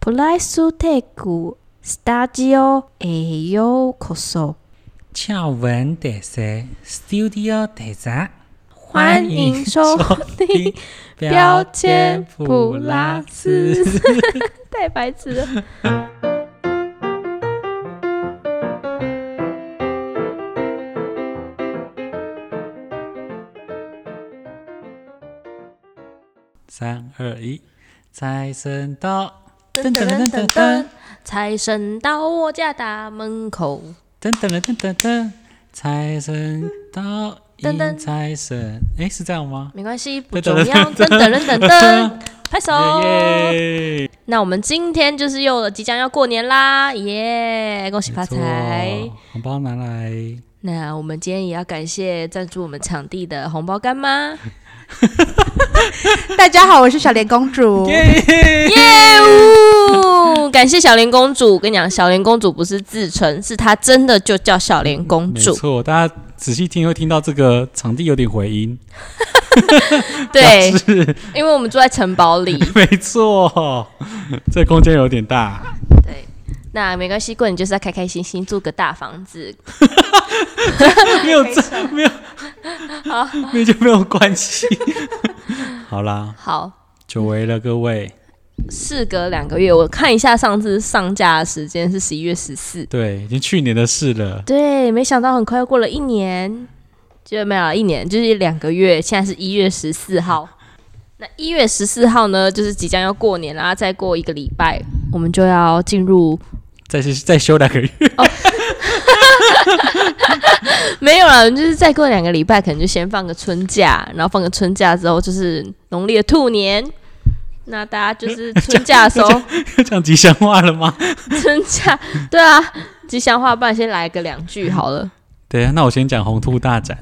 プライステイクスタジオへようこそ。俏文特色 Studio 特色，欢迎收听标签普拉 斯。太白痴了。 三二一，财神到！噔噔噔噔噔，财神到我家大门口。噔噔噔噔噔噔，财神到！噔噔迎财神，哎，是这样吗？没关系，不噔重噔要。噔噔噔噔 噔，拍手。耶！那我们今天就是又了即将要过年啦，耶！恭喜没发错财。，红包拿来！那我们今天也要感谢赞助我们场地的红包干 妈，大家好，我是小莲公主。耶！耶呜！感谢小莲公主。我跟你讲，小莲公主不是自称，是她真的就叫小莲公没主。错，大家仔细听会听到这个场地有点回音。 对，是，因为我们住在城堡里。 没错，这空间有点大。对，那没关系，过年就是要开开心心，住个大房子。 没有这 没有， 没有就没有关系。 好啦，好，久违了各位，事隔两个月，我看一下上次上架的时间是十一月十四。对，已经去年的事了，对，没想到很快又过了一年，就没有啊一年，就是两个月。现在是一月十四号，那一月十四号呢，就是即将要过年啦，再过一个礼拜，我们就要进入再是再休两个月，没有了，就是再过两个礼拜，可能就先放个春假，然后放个春假之后就是农历的兔年。那大家就是春假的时候，讲吉祥话了吗？春假对啊，吉祥话，不然先来个两句好了。对啊，那我先讲红兔大展。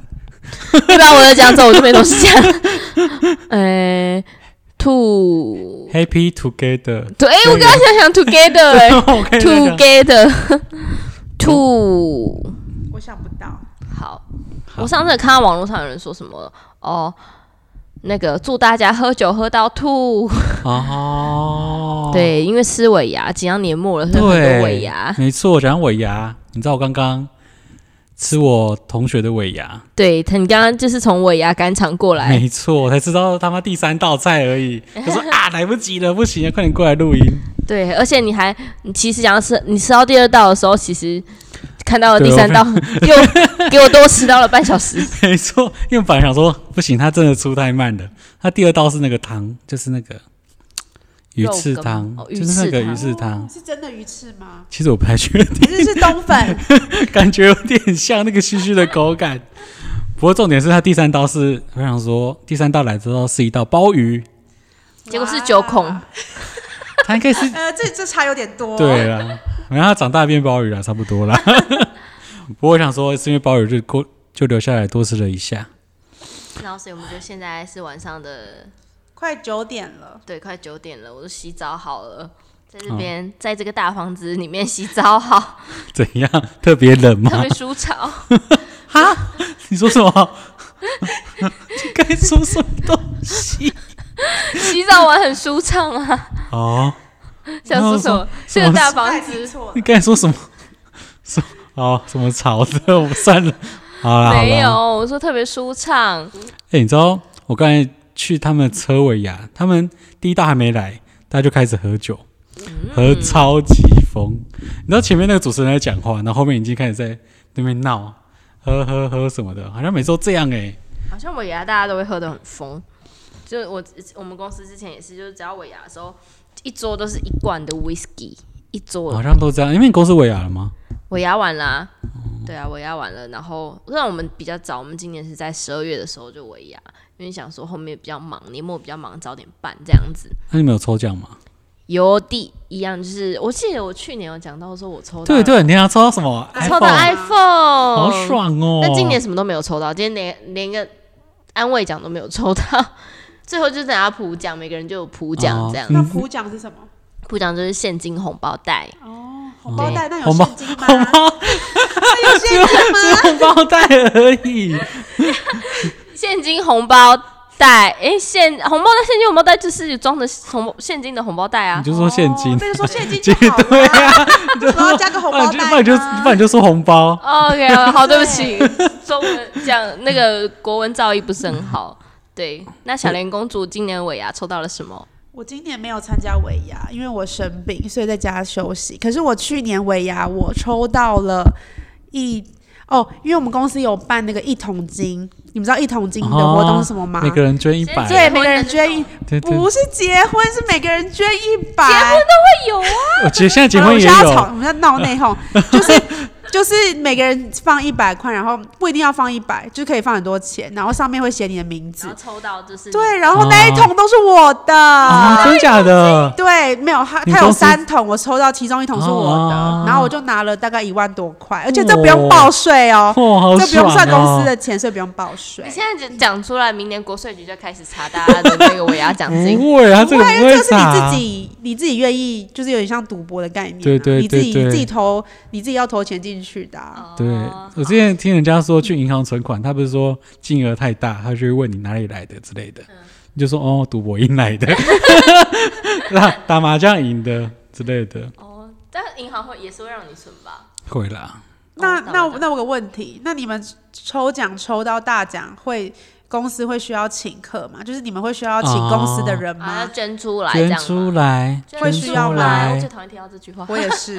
你把我的讲走，我就没东西讲。 呃、兔 Happy together，对，哎、我刚刚想想 together，哎、 我看那个 together，兔我想不到，好。好我上次看到网络上有人说什么哦，那个祝大家喝酒喝到吐。哦，对，因为吃尾牙，即将年末了，所以很多对，尾牙。没错，讲尾牙，你知道我刚刚吃我同学的尾牙，对，他你刚刚就是从尾牙赶场过来，没错，我才知道他妈第三道菜而已。我说啊，来不及了，不行了，快点过来录音。对，而且你还你其实想要吃，你吃到第二道的时候，其实看到了对第我三道，又给我多迟到了半小时。 没错，因为我本来想说不行，他真的出太慢了。他第二道是那个汤，就是那个鱼翅汤，肉羹哦就是那个鱼鱼翅翅汤。是真的鱼翅吗？其实我不太确定， 还是是冬粉？感觉有点像那个须须的口感。不过重点是他第三道是，我想说第三道来之后是一道鲍鱼，结果是九孔哇。他应 该是呃，这这差有点多。对，啊啦，然后他长大变鲍鱼了， 差不多啦。不过我想说，是因为鲍鱼就过就留下来多吃了一下。然后所以我们就现在是晚上的，快九点了，对，快九点了，我都洗澡好了。在这边，在这个大房子里面洗澡好，怎样？特别冷特吗别？舒潮。哈？你说什么？你该说什么东西？ 洗澡完很舒畅啊，哦，想说什么？这个大房太子听错你了。刚才说什么？什哦什么潮的？我们算了，好啦好啦。没有，我说特别舒畅。哎、你知道我刚才去他们车尾呀，他们第一道还没来，大家就开始喝酒，嗯喝超级疯。你知道前面那个主持人在讲话，然后后面已经开始在那边闹，喝喝喝什么的，好像每次都这样哎、好像尾牙大家都会喝得很疯，就我我们公司之前也是，就是只要尾牙的时候，一桌都是一罐的 whisky，一桌好像都这样。因为你公司尾牙了吗？尾牙完啦、哦对啊，尾牙完了，然后让我们比较早，我们今年是在十二月的时候就尾牙，因为想说后面比较忙，年末比较忙，早点办这样子。那你们有抽奖吗？邮递一样，就是我记得我去年有讲到说我抽到，对，对，你还抽到什么？抽到 iPhone， iPhone，好爽哦！但今年什么都没有抽到，今年连连个安慰奖都没有抽到， 最后就拿普奖，每个人就有普奖哦这样。那普奖是什么？普奖就是现金红包袋，哦，红包袋那有红包现金吗？那有现金吗？ 只有红包袋而已，现金红包袋，哎、现红包袋、现金红包袋就是有装的红包现金的红包袋啊你。就说现金，这个说现金 对就好了，呀，你就然后说，加个啊红不然包就不然袋就吗不然就说红包， OK，好，对不 起，中文讲那个国文造诣不是很好。对，那小莲公主今年尾牙抽到了什么？我今年没有参加尾牙，因为我生病，所以在家休息。可是我去年尾牙，我抽到了一哦，因为我们公司有办那个一桶金，你们知道一桶金的活动是什么吗？啊每个人捐一百，所以对，每个人捐一，对对，不是结婚，是每个人捐一百。结婚都会有啊，我觉得现在结好了婚我也现在要吵，有，我们在闹 内讧，就是就是每个人放一百块，然后不一定要放一百，就可以放很多钱，然后上面会写你的名然后字。抽到就是对，然后那一哦桶都是我的。啊，哎真假的，对，没有，他你他有公司三桶，我抽到其中一桶是我的，哦然后我就拿了大概一万多块，而且这不用报税哦，哇，好这不用爽算公司哦！的钱，所以不用报税你。现在就讲出来，明年国税局就开始查大家的那个尾牙奖 金。不会啊，这不个会，因不为会这个是你傻自，己你自己愿意，就是有点像赌博的概念啊、对对你自己对对你自己投，你自己要投钱进去的啊、哦对，我之前听人家说去银行存款，他不是说金额太大，他就会问你哪里来的之类的，嗯你就说哦，赌博赢 来的， 那打麻将赢的之类的，哦，但银行会也是会让你存吧？会啦。那哦那我那我有个问题，那你们抽奖抽到大奖会？公司会需要请客吗？就是你们会需要请啊公司的人把它吗？啊捐出来，这捐样出吗来，会捐需出要吗我来最。讨厌听到这句话。我也是，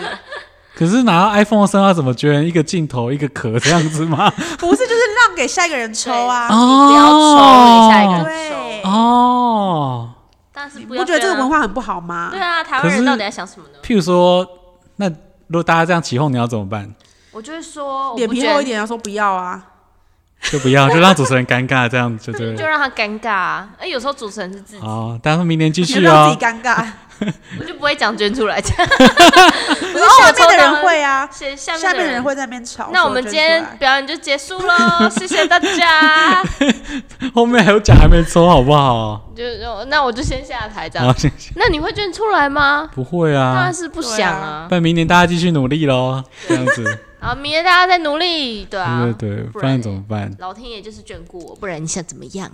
可是拿到 iPhone 身要怎么捐？一个镜头，一个壳这样子吗？不是就是让给下一个人抽啊？你不要抽，你下一个人对抽。哦，但是你不不要觉得这个对啊文化很不好吗？对啊，台湾人到底在想什么呢？譬如说，那如果大家这样起哄，你要怎么办？我就会说，脸皮我厚不捐，一点，要说不要啊。就不要，就让主持人尴尬，这样就对 就了。让他尴尬啊。哎，有时候主持人是自己，好，大家说明年继你会续让自哦己。尴 尬，我就不会讲捐出来。这样可是下面的人会啊，写下下面的的人。会在那边吵。那我们说今真出来天表演就结束 喽，谢谢大家。后面还有奖还没抽，好不好？就那我就先下台这好，样。谢谢。那你会捐出来吗？不会啊当啊然，是不想啊。但明年大家继续努力喽，这样子。啊，明天大家再努力，对啊。对对对，不不然然怎么办？老天爷就是眷顾我，不然你想怎么样？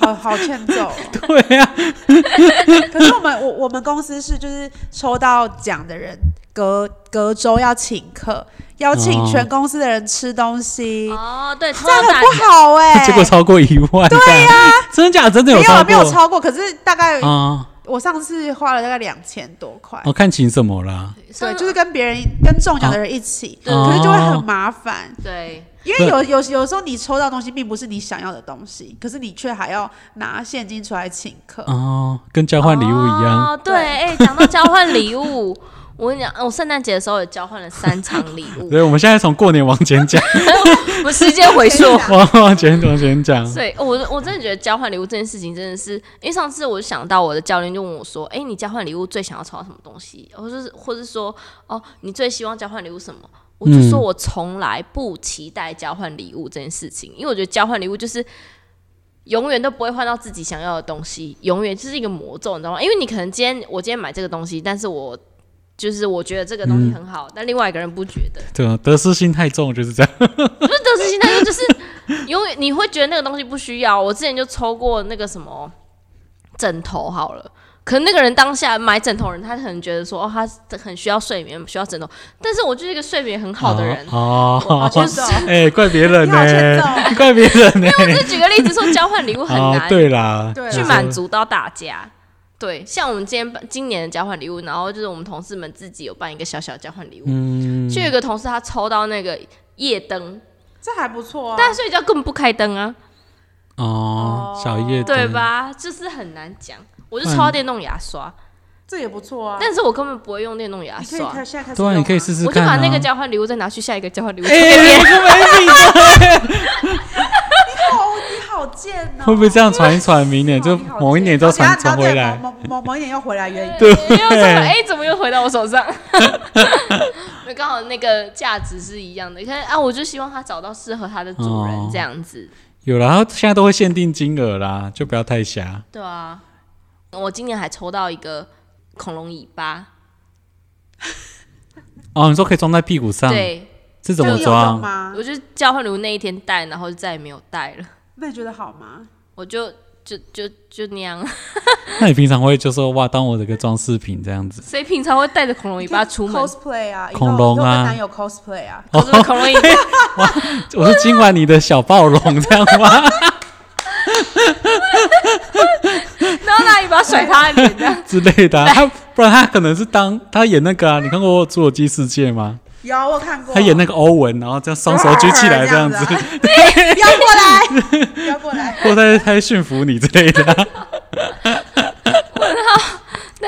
好好欠揍哦。 对啊呀， 可是我们我我们公司是就是抽到奖的人，隔隔周要请客，邀请全公司的人吃东西，哦，对，这样超很大不好哎。结果超过一万。对呀，真假真的没有超啊没有过超过，可是大概啊？我上次花了大概两千多块。我看请什么啦？对，就是跟别人跟中奖的人一起，对可是就会哦很麻烦。对，因为有有有时候你抽到东西并不是你想要的东西，可是你却还要拿现金出来请客。哦，跟交换礼物一样。哦，对，哎，讲到交换礼物，我跟你讲，哦我圣诞节的时候也交换了三场礼 物，对，我们现在从过年往前 讲，我时间回溯。往往前往前讲。所以，我我真的觉得交换礼物这件事情真的是，因为上次我就想到我的教练就问我说：“哎、你交换礼物最想要抽到什么东西？”或者是或者说：“哦，你最希望交换礼物什么？”我就说我从来不期待交换礼物这件事情，因为我觉得交换礼物就是永远都不会换到自己想要的东西，永远就是一个魔咒，你知道吗？因为你可能今天我今天买这个东西，但是我就是我觉得这个东西很好，但另外一个人不觉得，对啊，得失心太重就是这样。不是得失心太重，就是 永远你会觉得那个东西不需要。我之前就抽过那个什么枕头好了，可能那个人当下买枕头的人，他可能觉得说哦，他很需要睡眠，需要枕头。但是我就是一个睡眠很好的人。好哦，欠揍， 哎，怪别人你好欠揍呢， 怪别人呢。就举个例子说，交换礼物很哦难、啊对啦，对啦去满足到大家。对，像我们今天办今年的交换礼物，然后就是我们同事们自己有办一个小小的交换礼物，嗯，就有一个同事他抽到那个夜灯，这还不错啊。但他睡觉根本不开灯啊。哦，小夜对灯？吧？就是很难讲。我就抽到电动牙刷，这也不错啊。但是我根本不会用电动牙你可以刷，开现在开始对啊，用你可以试试我就看啊。把那个交换礼物再拿去下一个交换礼物给别哎，人。这个没 品的哦，你好贱哦！会不会这样传一传？明年就你哦好贱某一年就传传回来，哦等一下等一下某某某一年又回来原因。对因为我说哎，怎么又回到我手上？那刚好那个价值是一样的，可是啊，我就希望他找到适合他的主哦人这样子。有啦，他现在都会限定金额啦，就不要太瞎。对啊，我今年还抽到一个恐龙尾巴，哦，你说可以装在屁股上，对，这怎么你有用装？吗？我就交换礼物那一天戴，然后就再也没有戴了。那你觉得好吗？我就就就就那样， 那你平常会就说哇，当我的一个装饰品这样子？所以平常会带着恐龙尾巴出门。 cosplay 啊，以后恐龙啊以后跟男友 cosplay 啊，我是恐龙尾巴，我是今晚你的小暴龙这样吗？然后拿尾巴甩他脸这 样。之类的 啊、他不然他可能是当他演那个啊，你看过《侏罗纪世界》吗？有我有看过，他演那个欧文，然后这样双手举起来这样子，这样啊 不要过来，不要过来，或者他在驯服你之类的、啊。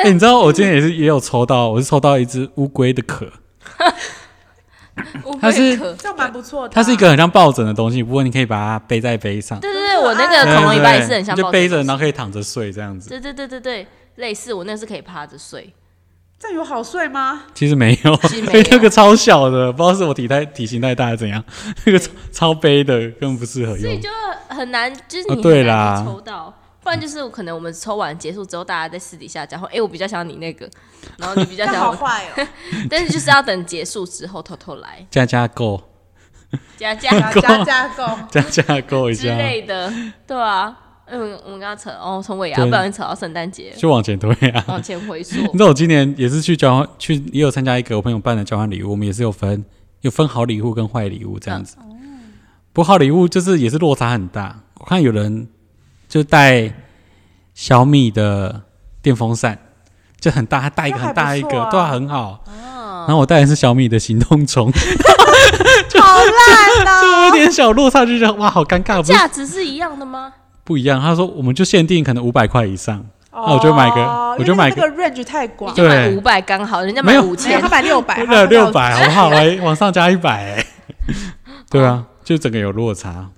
哎、你知道我今天也是也有抽到，我是抽到一只乌龟的壳，乌龟它是壳这样蛮不错的啊。它是一个很像抱枕的东西，不过你可以把它背在背上。对对对，我那个恐龙尾巴也是很像抱啊对对对你就枕背着，然后可以躺着睡这样子。对对对对对，类似我那是可以趴着睡，这样有好睡吗？其实没有，其实没有因为那个超小的，不知道是我体态体型太大还是怎样，那个超超背的根本不适合所以用。就很难，就是哦你对很难啦去抽到。不然就是可能我们抽完结束之后，大家在私底下讲说，哎、我比较想要你那个，然后你比较这想要样 好我，坏哦，但是就是要等结束之后偷偷来加加购，加 加加加加购，加加购一之下，类的，对啊，嗯，我们刚刚扯哦，从尾牙对不小心扯到圣诞节，就往前推啊。往前回 溯，你知道我今年也是去交换，去也有参加一个我朋友办的交换礼物，我们也是有分有分好礼物跟坏礼物这样子。嗯不过好礼物就是也是落差很大，我看有人就带小米的电风扇，就很大，他带一个那还很大一不个，错啊哦对、啊，很好。然后我带的是小米的行动虫， 好烂 啊就呐！有点小落差，就觉得哇，好尴尬，不是价值是一样的吗？不一样。他说我们就限定可能五百块以上，那我就买个哦我就买因为那个 range 太你广，就买对五百刚好，人家没买有五没有千他，买六百，那六他百好不好？哎，往上加一 百、哎对哦啊，就整个有落差。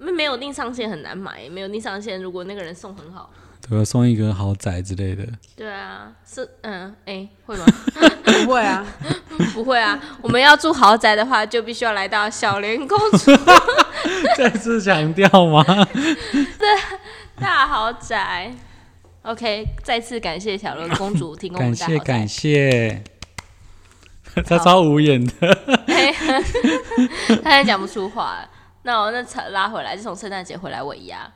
没没有定上限很难买，没有定上限，如果那个人送很好，对啊，送一个豪宅之类 的，对啊，是嗯哎、会吗？ 没有不会啊，不会啊，我们要住豪宅的话，就必须要来到小莲公主再次强调吗？大豪宅。OK，再次感谢小莲公主提供我感们大豪谢宅。感谢，他超无言的。 他也讲不出话了。那我那扯拉回来，就从圣诞节回来尾牙。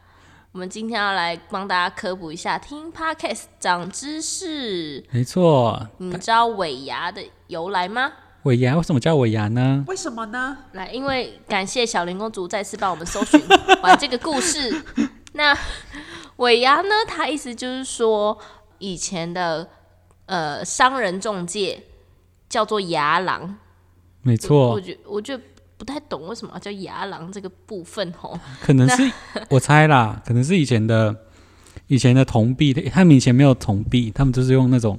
我们今天要来帮大家科普一下，听 podcast 长知识。没错，你知道尾牙的由来吗？尾牙为什么叫尾牙呢？为什么呢？来，因为感谢小林公主再次帮我们搜寻 完这个故事。那尾牙呢？它意思就是说，以前的呃商人中介叫做牙郎，没我我错，觉我觉得不太懂为什么要叫牙郎这个部分哦吼。可能 是我猜啦，可能是以前的以前的铜币，他们以前没有铜币，他们就是用那种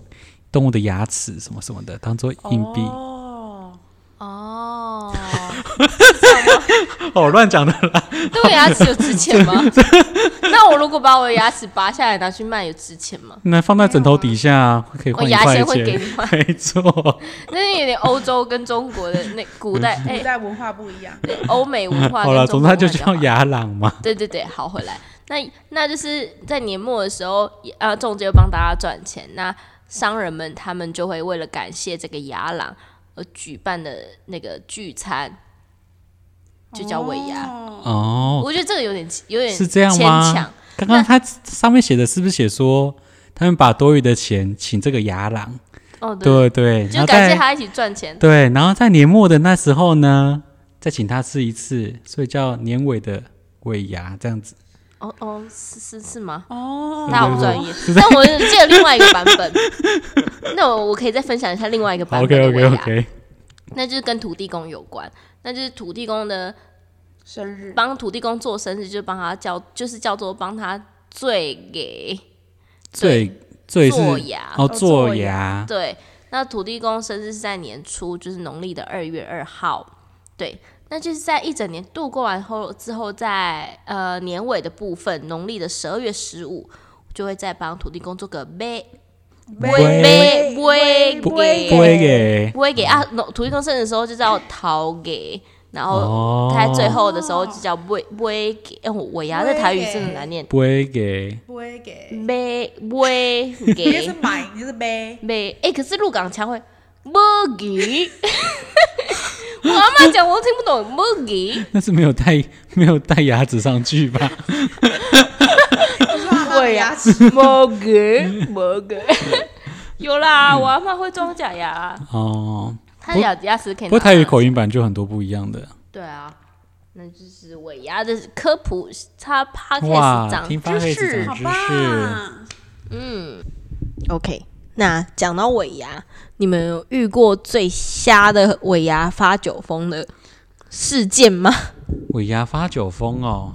动物的牙齿什么什么的当做硬币。哦，哦，哦，乱讲的啦。那我牙齿啊有值钱吗？ 那我如果把我的牙齿拔下来拿去卖，有值钱吗？那放在枕头底下啊可以我换一牙块签会给钱，你吗？ 没错，那有点欧洲跟中国的那古 代古哎，代文化不一样， 欧美文化好跟了，中总国文化之它就比较叫好。牙朗嘛。对对对，好回来。那那就是在年末的时候，呃，中介帮大家赚钱，那商人们他们就会为了感谢这个牙郎而举办的那个聚餐，就叫尾牙。哦哦，我觉得这个有点有点是这样牵吗强。刚刚它上面写的是不是写说他们把多余的钱请这个牙朗？哦，对，对对，然就后感谢在他一起赚钱。对，然后在年末的那时候呢，再请他吃一次，所以叫年尾的尾牙这样子。哦哦，是是是吗？哦那我不专业，但我记得另外一个版本。 那我我可以再分享一下另外一个版本 OK 的 OK 尾牙 OK，那就是跟土地公有关。那就是土地公的生日帮土地公做生日，就帮他叫，就是叫做帮他醉给最最做是牙。哦做做牙牙对，那土地公生日是在年初，就是农历的二月二号。对，那就是在一整年度过完后之后在，呃年尾的部分，农历的十二月十五，就会再帮土地公做个杯杯杯杯给杯不会给不会给啊，农土地公生日的时候就叫桃给，然后哦，他在最后的时候就叫杯杯给。哎、我我牙在台语真的很难念，不会给不会给，杯杯 你也是给买，你是杯，杯。哎、可是鹿港腔会不给。 我阿妈讲我都听不懂，不给那是没有带没有带牙齿上去吧？对呀、牙齿。某个某个， 有啦，我阿妈会装假牙啊，哦， 她不牙牙齿可以。不过台语口。音版就很多不一样的。对啊，那就是尾牙的科普，他 p o d c a 哇 s 长听 podcast 知识长。好知识吧， OK，那讲到尾牙，你们有遇过最瞎的尾牙发酒疯的事件吗？尾牙发酒疯哦，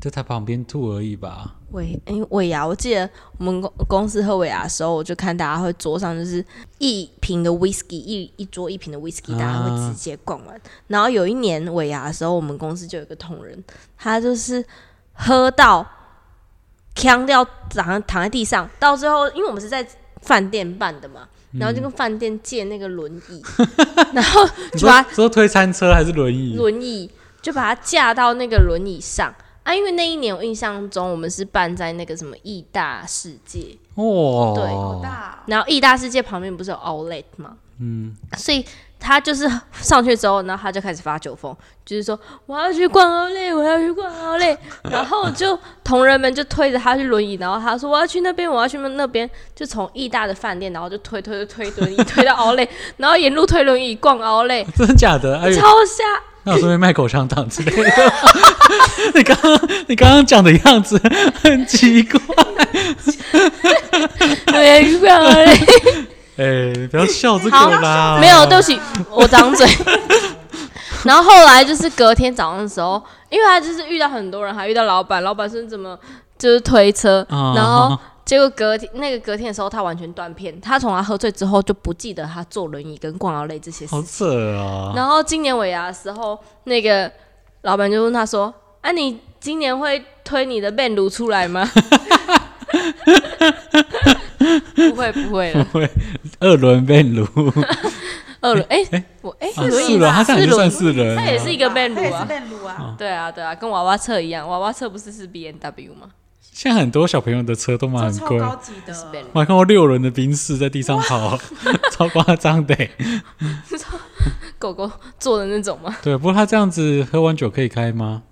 就他旁边吐而已吧。尾诶尾牙，我记得我们公公司喝尾牙的时候，我就看大家会桌上就是一瓶的 whisky，一一桌一瓶的 whisky，啊大家会直接灌完。然后有一年尾牙的时候，我们公司就有一个同仁，他就是喝到呛掉，躺躺在地上，到最后因为我们是在饭店办的嘛，然后就跟饭店借那个轮椅，然后你就说把说推餐车还是轮椅？轮椅，就把它架到那个轮椅上啊。因为那一年我印象中，我们是办在那个什么义大世界，对好哦，大哦。然后义大世界旁边不是有 Outlet 吗？嗯，所以他就是上去之后，然后他就开始发酒疯，就是说我要去逛 Outlet，我要去逛 Outlet，然后就同仁们就推着他去轮椅，然后他说我要去那边，我要去那边，就从义大的饭店，然后就推推推推轮椅推到 Outlet，然后沿路推轮椅逛 Outlet，真的假的？哎呦，超吓那我顺便卖口香糖之类的。 你刚刚你刚刚讲的样子 很奇怪。我要去逛 Outlet。哎，不要笑这个好啦。没有，对不起，我张 嘴。然后后来就是隔天早上的时候，因为他就是遇到很多人，还遇到老板，老板是怎么就是推车，啊然后结果隔天那个隔天的时候，他完全断片，他从他喝醉之后就不记得他坐轮椅跟逛劳累这些事好情。扯啊！然后今年尾牙的时候，那个老板就问他说：“啊，你今年会推你的面炉出来 吗？”不会不会了， 二轮 变炉，二轮哎，我哎啊轮椅四轮，他这四样也轮算四轮它。也是一个被它也撸是啊。被撸啊，对啊，对啊，跟娃娃车一样，娃娃车不是是 B N W 吗？现在很多小朋友的车都蛮很就超贵，高级的，是被撸，我还看过六轮的冰室在地上跑， 超夸张的欸、狗狗做的那种吗？对，不过他这样子喝完酒可以开吗？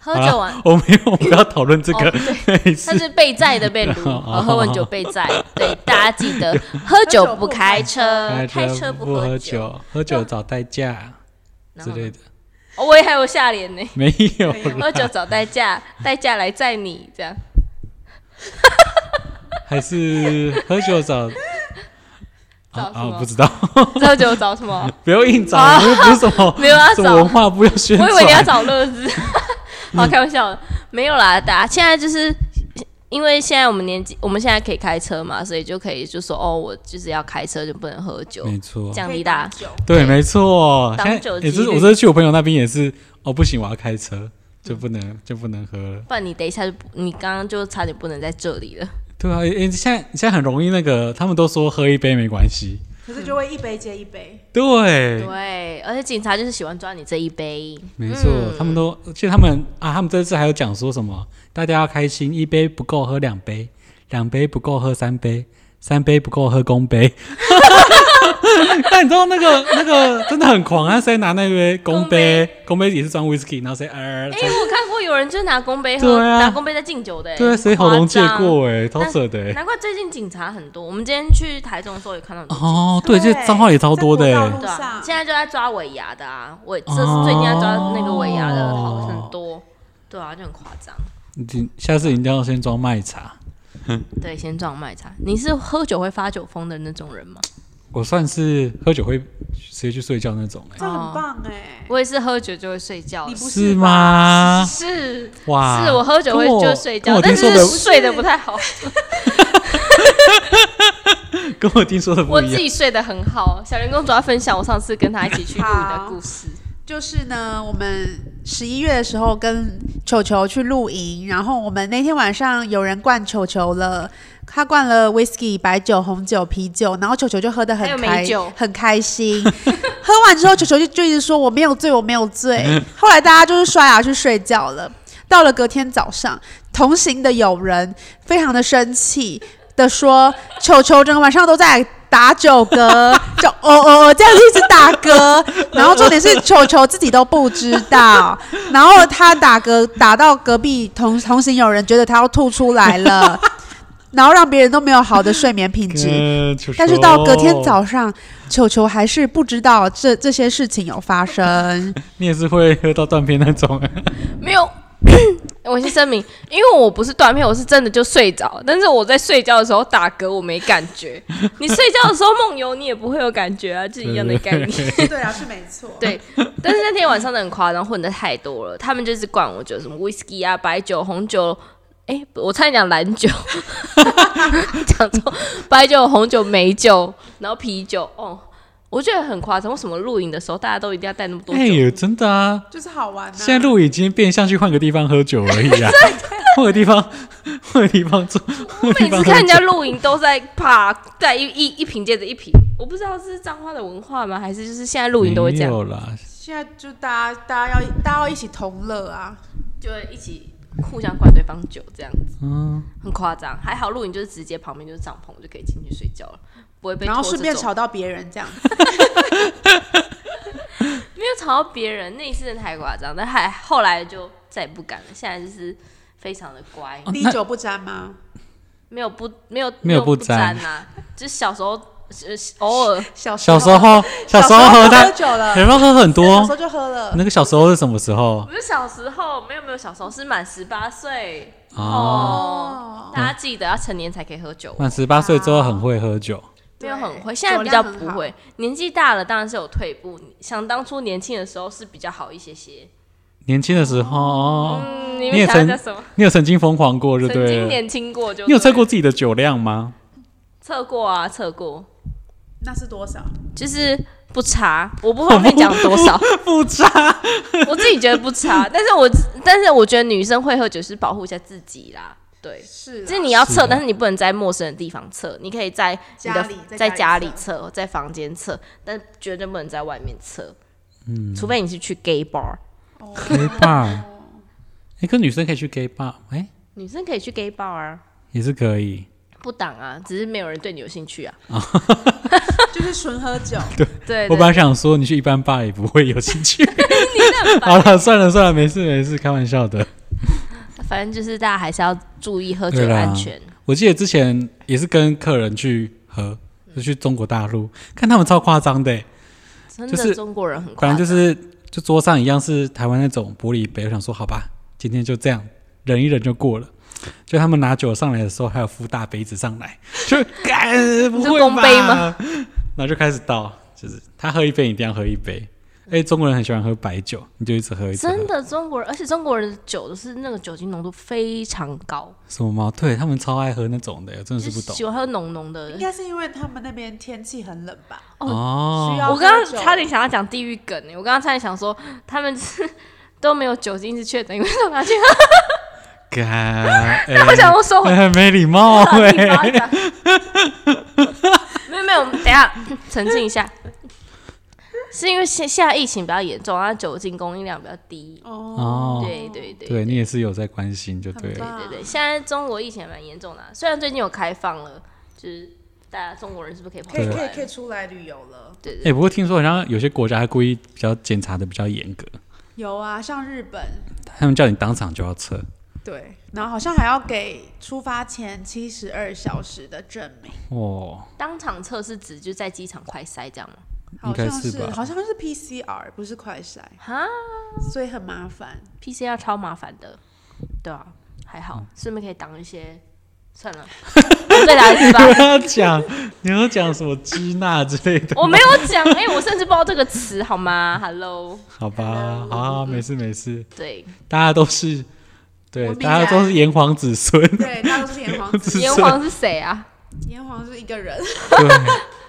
喝酒 好完啦，我没有，我们不要讨论这 哦个，哎没事它是被载的被撸，哦 哦喝完酒被载。对，大家记得喝酒不开车， 呃开车不喝喝。酒，喝酒找代驾然之后呢类的， 哦我也还有下联呢，没有没有啦喝酒找代驾，代驾来载你这样。 还是喝酒找 找什啊么啊，不知道， 喝酒找什么？不要硬找，啊我又不是什 么没有要什么找啊文化部要 宣我传，以为你要找乐子， 好开玩笑的，没有啦，大家现在就是。因为现在我们年纪，我们现在可以开车嘛，所以就可以就说哦，我就是要开车，就不能喝酒，没错，降可低以大家打酒。对，没错，挡现在酒也几是我率这次去我朋友那边也是，哦，不行，我要开车，就不能就不能喝了。不然你等一下就不，你刚刚就差点不能在这里了。对啊，诶、诶现在现在很容易那个，他们都说喝一杯没关系。可是就会一杯接一杯，对，对，而且警察就是喜欢抓你这一杯，没错，他们都，而且他们啊，他们这次还有讲说什么，大家要开心，一杯不够喝两杯，两杯不够喝三杯，三杯不够喝公杯。 但你知道那个那个真的很狂，他谁拿那杯公公杯杯，公杯也是装 whisky，然后谁呃，哎、 我看过有人就是拿公杯喝，对啊拿公杯在敬酒的、欸，对啊，谁喉咙借过哎、夸超张扯的、欸。难怪最近警察很多。我们今天去台中的时候也看到很多警察哦，对，这对脏话也超多的、在国道欸路。对啊上，现在就在抓尾牙的啊，尾这是最近在抓那个尾牙的，好很多，对啊，就很夸张。你下次一定要先装麦茶。对，先撞麦茶。你是喝酒会发酒疯的那种人吗？我算是喝酒会直接去睡觉那种、欸，这很棒哎。我也是喝酒就会睡觉你，不是吧？吗？是啊哇，是我喝酒会跟我就睡跟觉，我但听说是的睡得不太好，跟我听说的不我一自样。己睡得很好。小圆公主要分享我上次跟她一起去露营的好故事。就是呢，我们十一月的时候跟球球去露营，然后我们那天晚上有人灌球球了，他灌了 whisky 白酒、红酒、啤酒，然后球球就喝得很还有开美酒很 开心。喝完之后，球球就就一直说我没有醉，我没有 醉。后来大家就是刷牙去睡觉了。到了隔天早上，同行的友人非常的生气，的说，球球整个晚上都在打九嗝， 就哦哦哦这样子一直打 嗝，然后重点是球球自己都不知道，然后他打嗝打到隔壁同同行有人觉得他要吐出来 了，然后让别人都没有好的睡眠品质。呃球球但是到隔天早上，球球还是不知道这这些事情有发生。你也是会喝到断片那种，欸没有。 我先声明，因为我不是断片，我是真的就睡着。但是我在睡觉的时候打嗝，我没感觉。你睡觉的时候梦游，你也不会有感觉啊，就是一样的概念。 对啊，是没错。对，但是那天晚上的很夸张，混的太多了。他们就是灌我酒，什么 whisky 啊、白酒、红酒，哎、我差点讲蓝酒， 讲错，白酒、红酒、美酒，然后啤酒。哦，我觉得很夸张。为什么露营的时候大家都一定要带那么多酒？哎呦，真的啊！就是好玩、啊现在路已经变相去换个地方喝酒而已 啊，换个地方，换个地方做，换我个 地每方次喝看人家酒。露营都在啪带一一一瓶接着一瓶，我不知道是彰化的文化吗，还是就是现在露营都会这没样，有啦，现在就大家大家要大家要一起同乐啊！就会一起互相灌对方酒这样子，嗯，很夸张。还好露营就是直接旁边就是帐篷，我就可以进去睡觉了，不会被然后拖顺着便走吵到别人，这样没有吵到别人，那一次真的太夸张，但还后来就再也不敢了，现在就是非常的乖，哦滴酒不沾吗？没有不没有嗯没有不不沾啊，就是小时候呃偶尔小时小时候，小时候喝喝太，酒了，有没有喝很小时多候？就喝了。那个小时候是什么时候不是小时候，没有没有小时候是满十八岁啊？哦，大家记得要成年才可以喝酒，满十八岁之后很会喝酒，没有很会，对现在比较酒量不很好会。年纪大了当然是有退步，想当初年轻的时候是比较好一些些。年轻的时候，哦嗯，你你们也想要叫曾什么？你有曾经疯狂过，就曾对经了。年轻过就你有测对过自己的酒量吗？测过啊，测过，那是多少？就是不查，我不方便讲多 少， 不差，我自己觉得不查，但是我但是我觉得女生会喝酒是保护一下自己啦，对。是就是你要是测，啊但是你不能在陌生的地方测，你可以在你家的里在在家家里里测，在房间测，但绝对不能在外面测。嗯，除非你是去 gay bar，哦 gay bar，哎，跟女生可以去 gay bar，哎，女生可以去 gay bar 啊，也是可以。不挡啊，只是没有人对你有兴趣啊。就是纯喝酒，对对我本来想说你去一般吧也不会有兴 趣。好了，算了算了，没事没事，开玩笑的。反正就是大家还是要注意喝酒对的啦安全。我记得之前也是跟客人去喝，就去中国大陆，看他们超夸张的、欸，真就是的，中国人很反夸正就张。是就桌上一样是台湾那种玻璃杯，我想说好吧，今天就这样忍一忍就过了。就他们拿酒上来的时候，还有附大杯子上来， 就干不会吧公杯吗？然后就开始倒，就是他喝一杯一定要喝一杯。哎、中国人很喜欢喝白酒，你就一直喝一直喝真。的中国人，而且中国人的酒都是那个酒精浓度非常高，什么毛？对他们超爱喝那种的，真的就是不懂喜欢喝浓浓的应。该是因为他们那边天气很冷吧？哦。需要我喝刚刚酒差点想要讲地狱梗欸、我刚刚差点想说他们是都没有酒精是确诊，因为什么要去喝？干，但 我想我收回哎、很没礼貌 哎、地方讲。 没有没有，我们等一下沉静一下。是因为现现在疫情比较严重，然后酒精供应量比较低。哦，对对对对你也是有在关心，就对很了。棒对对，现在中国疫情还蛮严重的啊、虽然最近有开放了，就是大家中国人是不是可以跑可以出可以啊来可了？以出来旅游了。对哎、对，不过听说好像有些国家还故意比较检查的比较严格，有啊，像日本，他们叫你当场就要测。对，然后好像还要给出发前七十二小时的证明，哦，当场测是指就在机场快筛这样吗？好应该像是吧好像是 PCR，不是快筛，哈所以很麻烦。 ，PCR 超麻烦的，对啊，还嗯好，顺便可以挡一些。算了， 我再来一次吧。 不要讲，你要讲什么支那之类的，我没有讲，哎、我甚至不知道这个词，好吗？Hello，好吧？好好，没事没事，对，大家都是，对，文明大家都是炎黄子孙， 对，大家都是炎黄子，是炎黄是谁啊？炎黄是一个人， 对，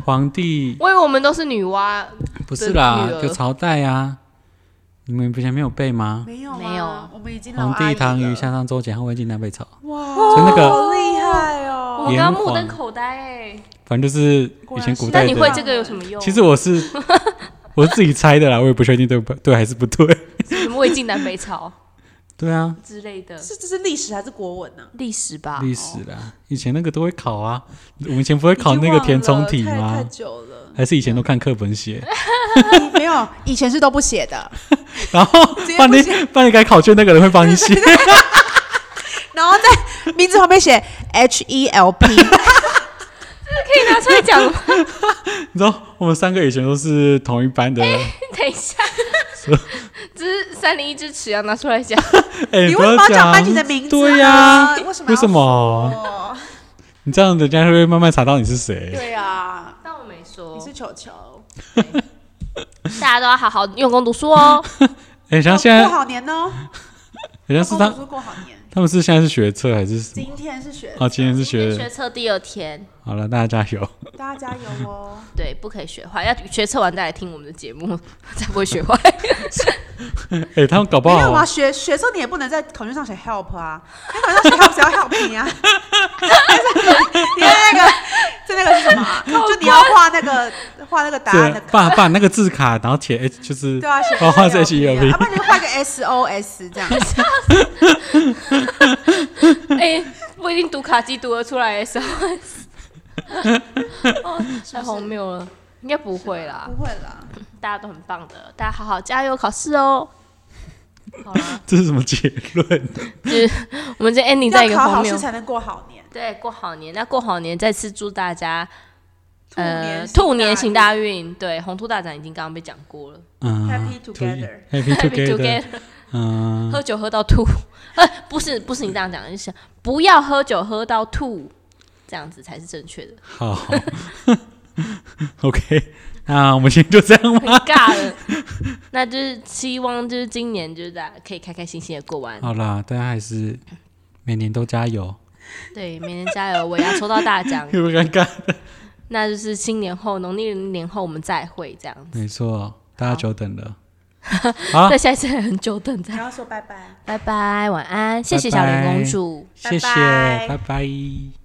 皇帝我以为我们都是女娲，不是啦的女，儿有朝代啊，你们以前没有背吗？ 没有啊没有啊我们已经老皇阿帝姨唐了虞夏商周桀汉魏晋南北朝，哇，所以那个好厉害哦！我们刚刚目炎黄瞪口呆哎、反正就是果以然前是古那代你会的。这个有什么用？其实我是我是自己猜的啦，我也不确定对不对还是不对。什么魏晋南北朝，对啊，之类的是这是历史还是国文啊呢、历史吧。哦历史啦，以前那个都会考啊。我们以前不会考那个填充题啊已经忘了吗太太？久了，还是以前都看课本写，没有，以前是都不写的，然后接帮不你帮你改考卷那个人会帮你写，然后在名字旁边写 H E L P，可以拿出来讲吗？ 你知道我们三个以前都是同一班的，哎、等一 下，只是三零一支尺要拿出来讲。你不为什要么要讲班级的名字呢？对呀、为什么？为什？么？你这样人家会慢慢查到你是谁。对啊，但我没说你，是球球，大家都要好好用功读书哦。哎，像哦现在过好年哦，好像是公主他，说过好年，他们是现在是学测还是什么？今天是学，啊，今天是今天学学测第二天，好了，大家加油。 大家加油哦。对，不可以学坏，要学测完再来听我们的节目， 才不会学坏。哎，他们搞不没有啊，好学学测你也不能在考卷上写 help 啊，在考卷上写 help 谁要 help 你啊？ 你在那个在那个是什么啊？就你要画那个画那个答案这的。把把那个字卡，然后贴 H 就是对啊，写哦画是 H E L P 要不然就画个 S O S 这样。哎、我已经读卡机读了出来，S O S，太哦 荒谬了，应该不会啦，不会啦，大家都很棒的，大家好好加油考试哦。好啦，这是什么结论？ 就是我们这 ending 在一要个考荒好谬试，才能过好年。对，过好年，那过好年再次祝大家兔呃年兔年行大大运，对，红兔大展已经刚刚被讲过了嗯 Happy to- together Happy Happy together， together 嗯，喝酒喝到吐， 呃，不是不是你这样讲，就是不要喝酒喝到吐，这样子才是正确的，好 ，OK，那我们今天就这样很吧。尬了。那就是希望就是今年就是大家可以开开心心的过完，好啦，大家还是每年都加 油，，对，每年加油，我也要抽到大奖 有没有尴尬？那就是新年后农历年后我们再会这样子，没错，大家久等了。好再，下一次很久等你再，要说拜拜。拜拜，晚安，谢谢小莲公主。谢谢，拜拜拜拜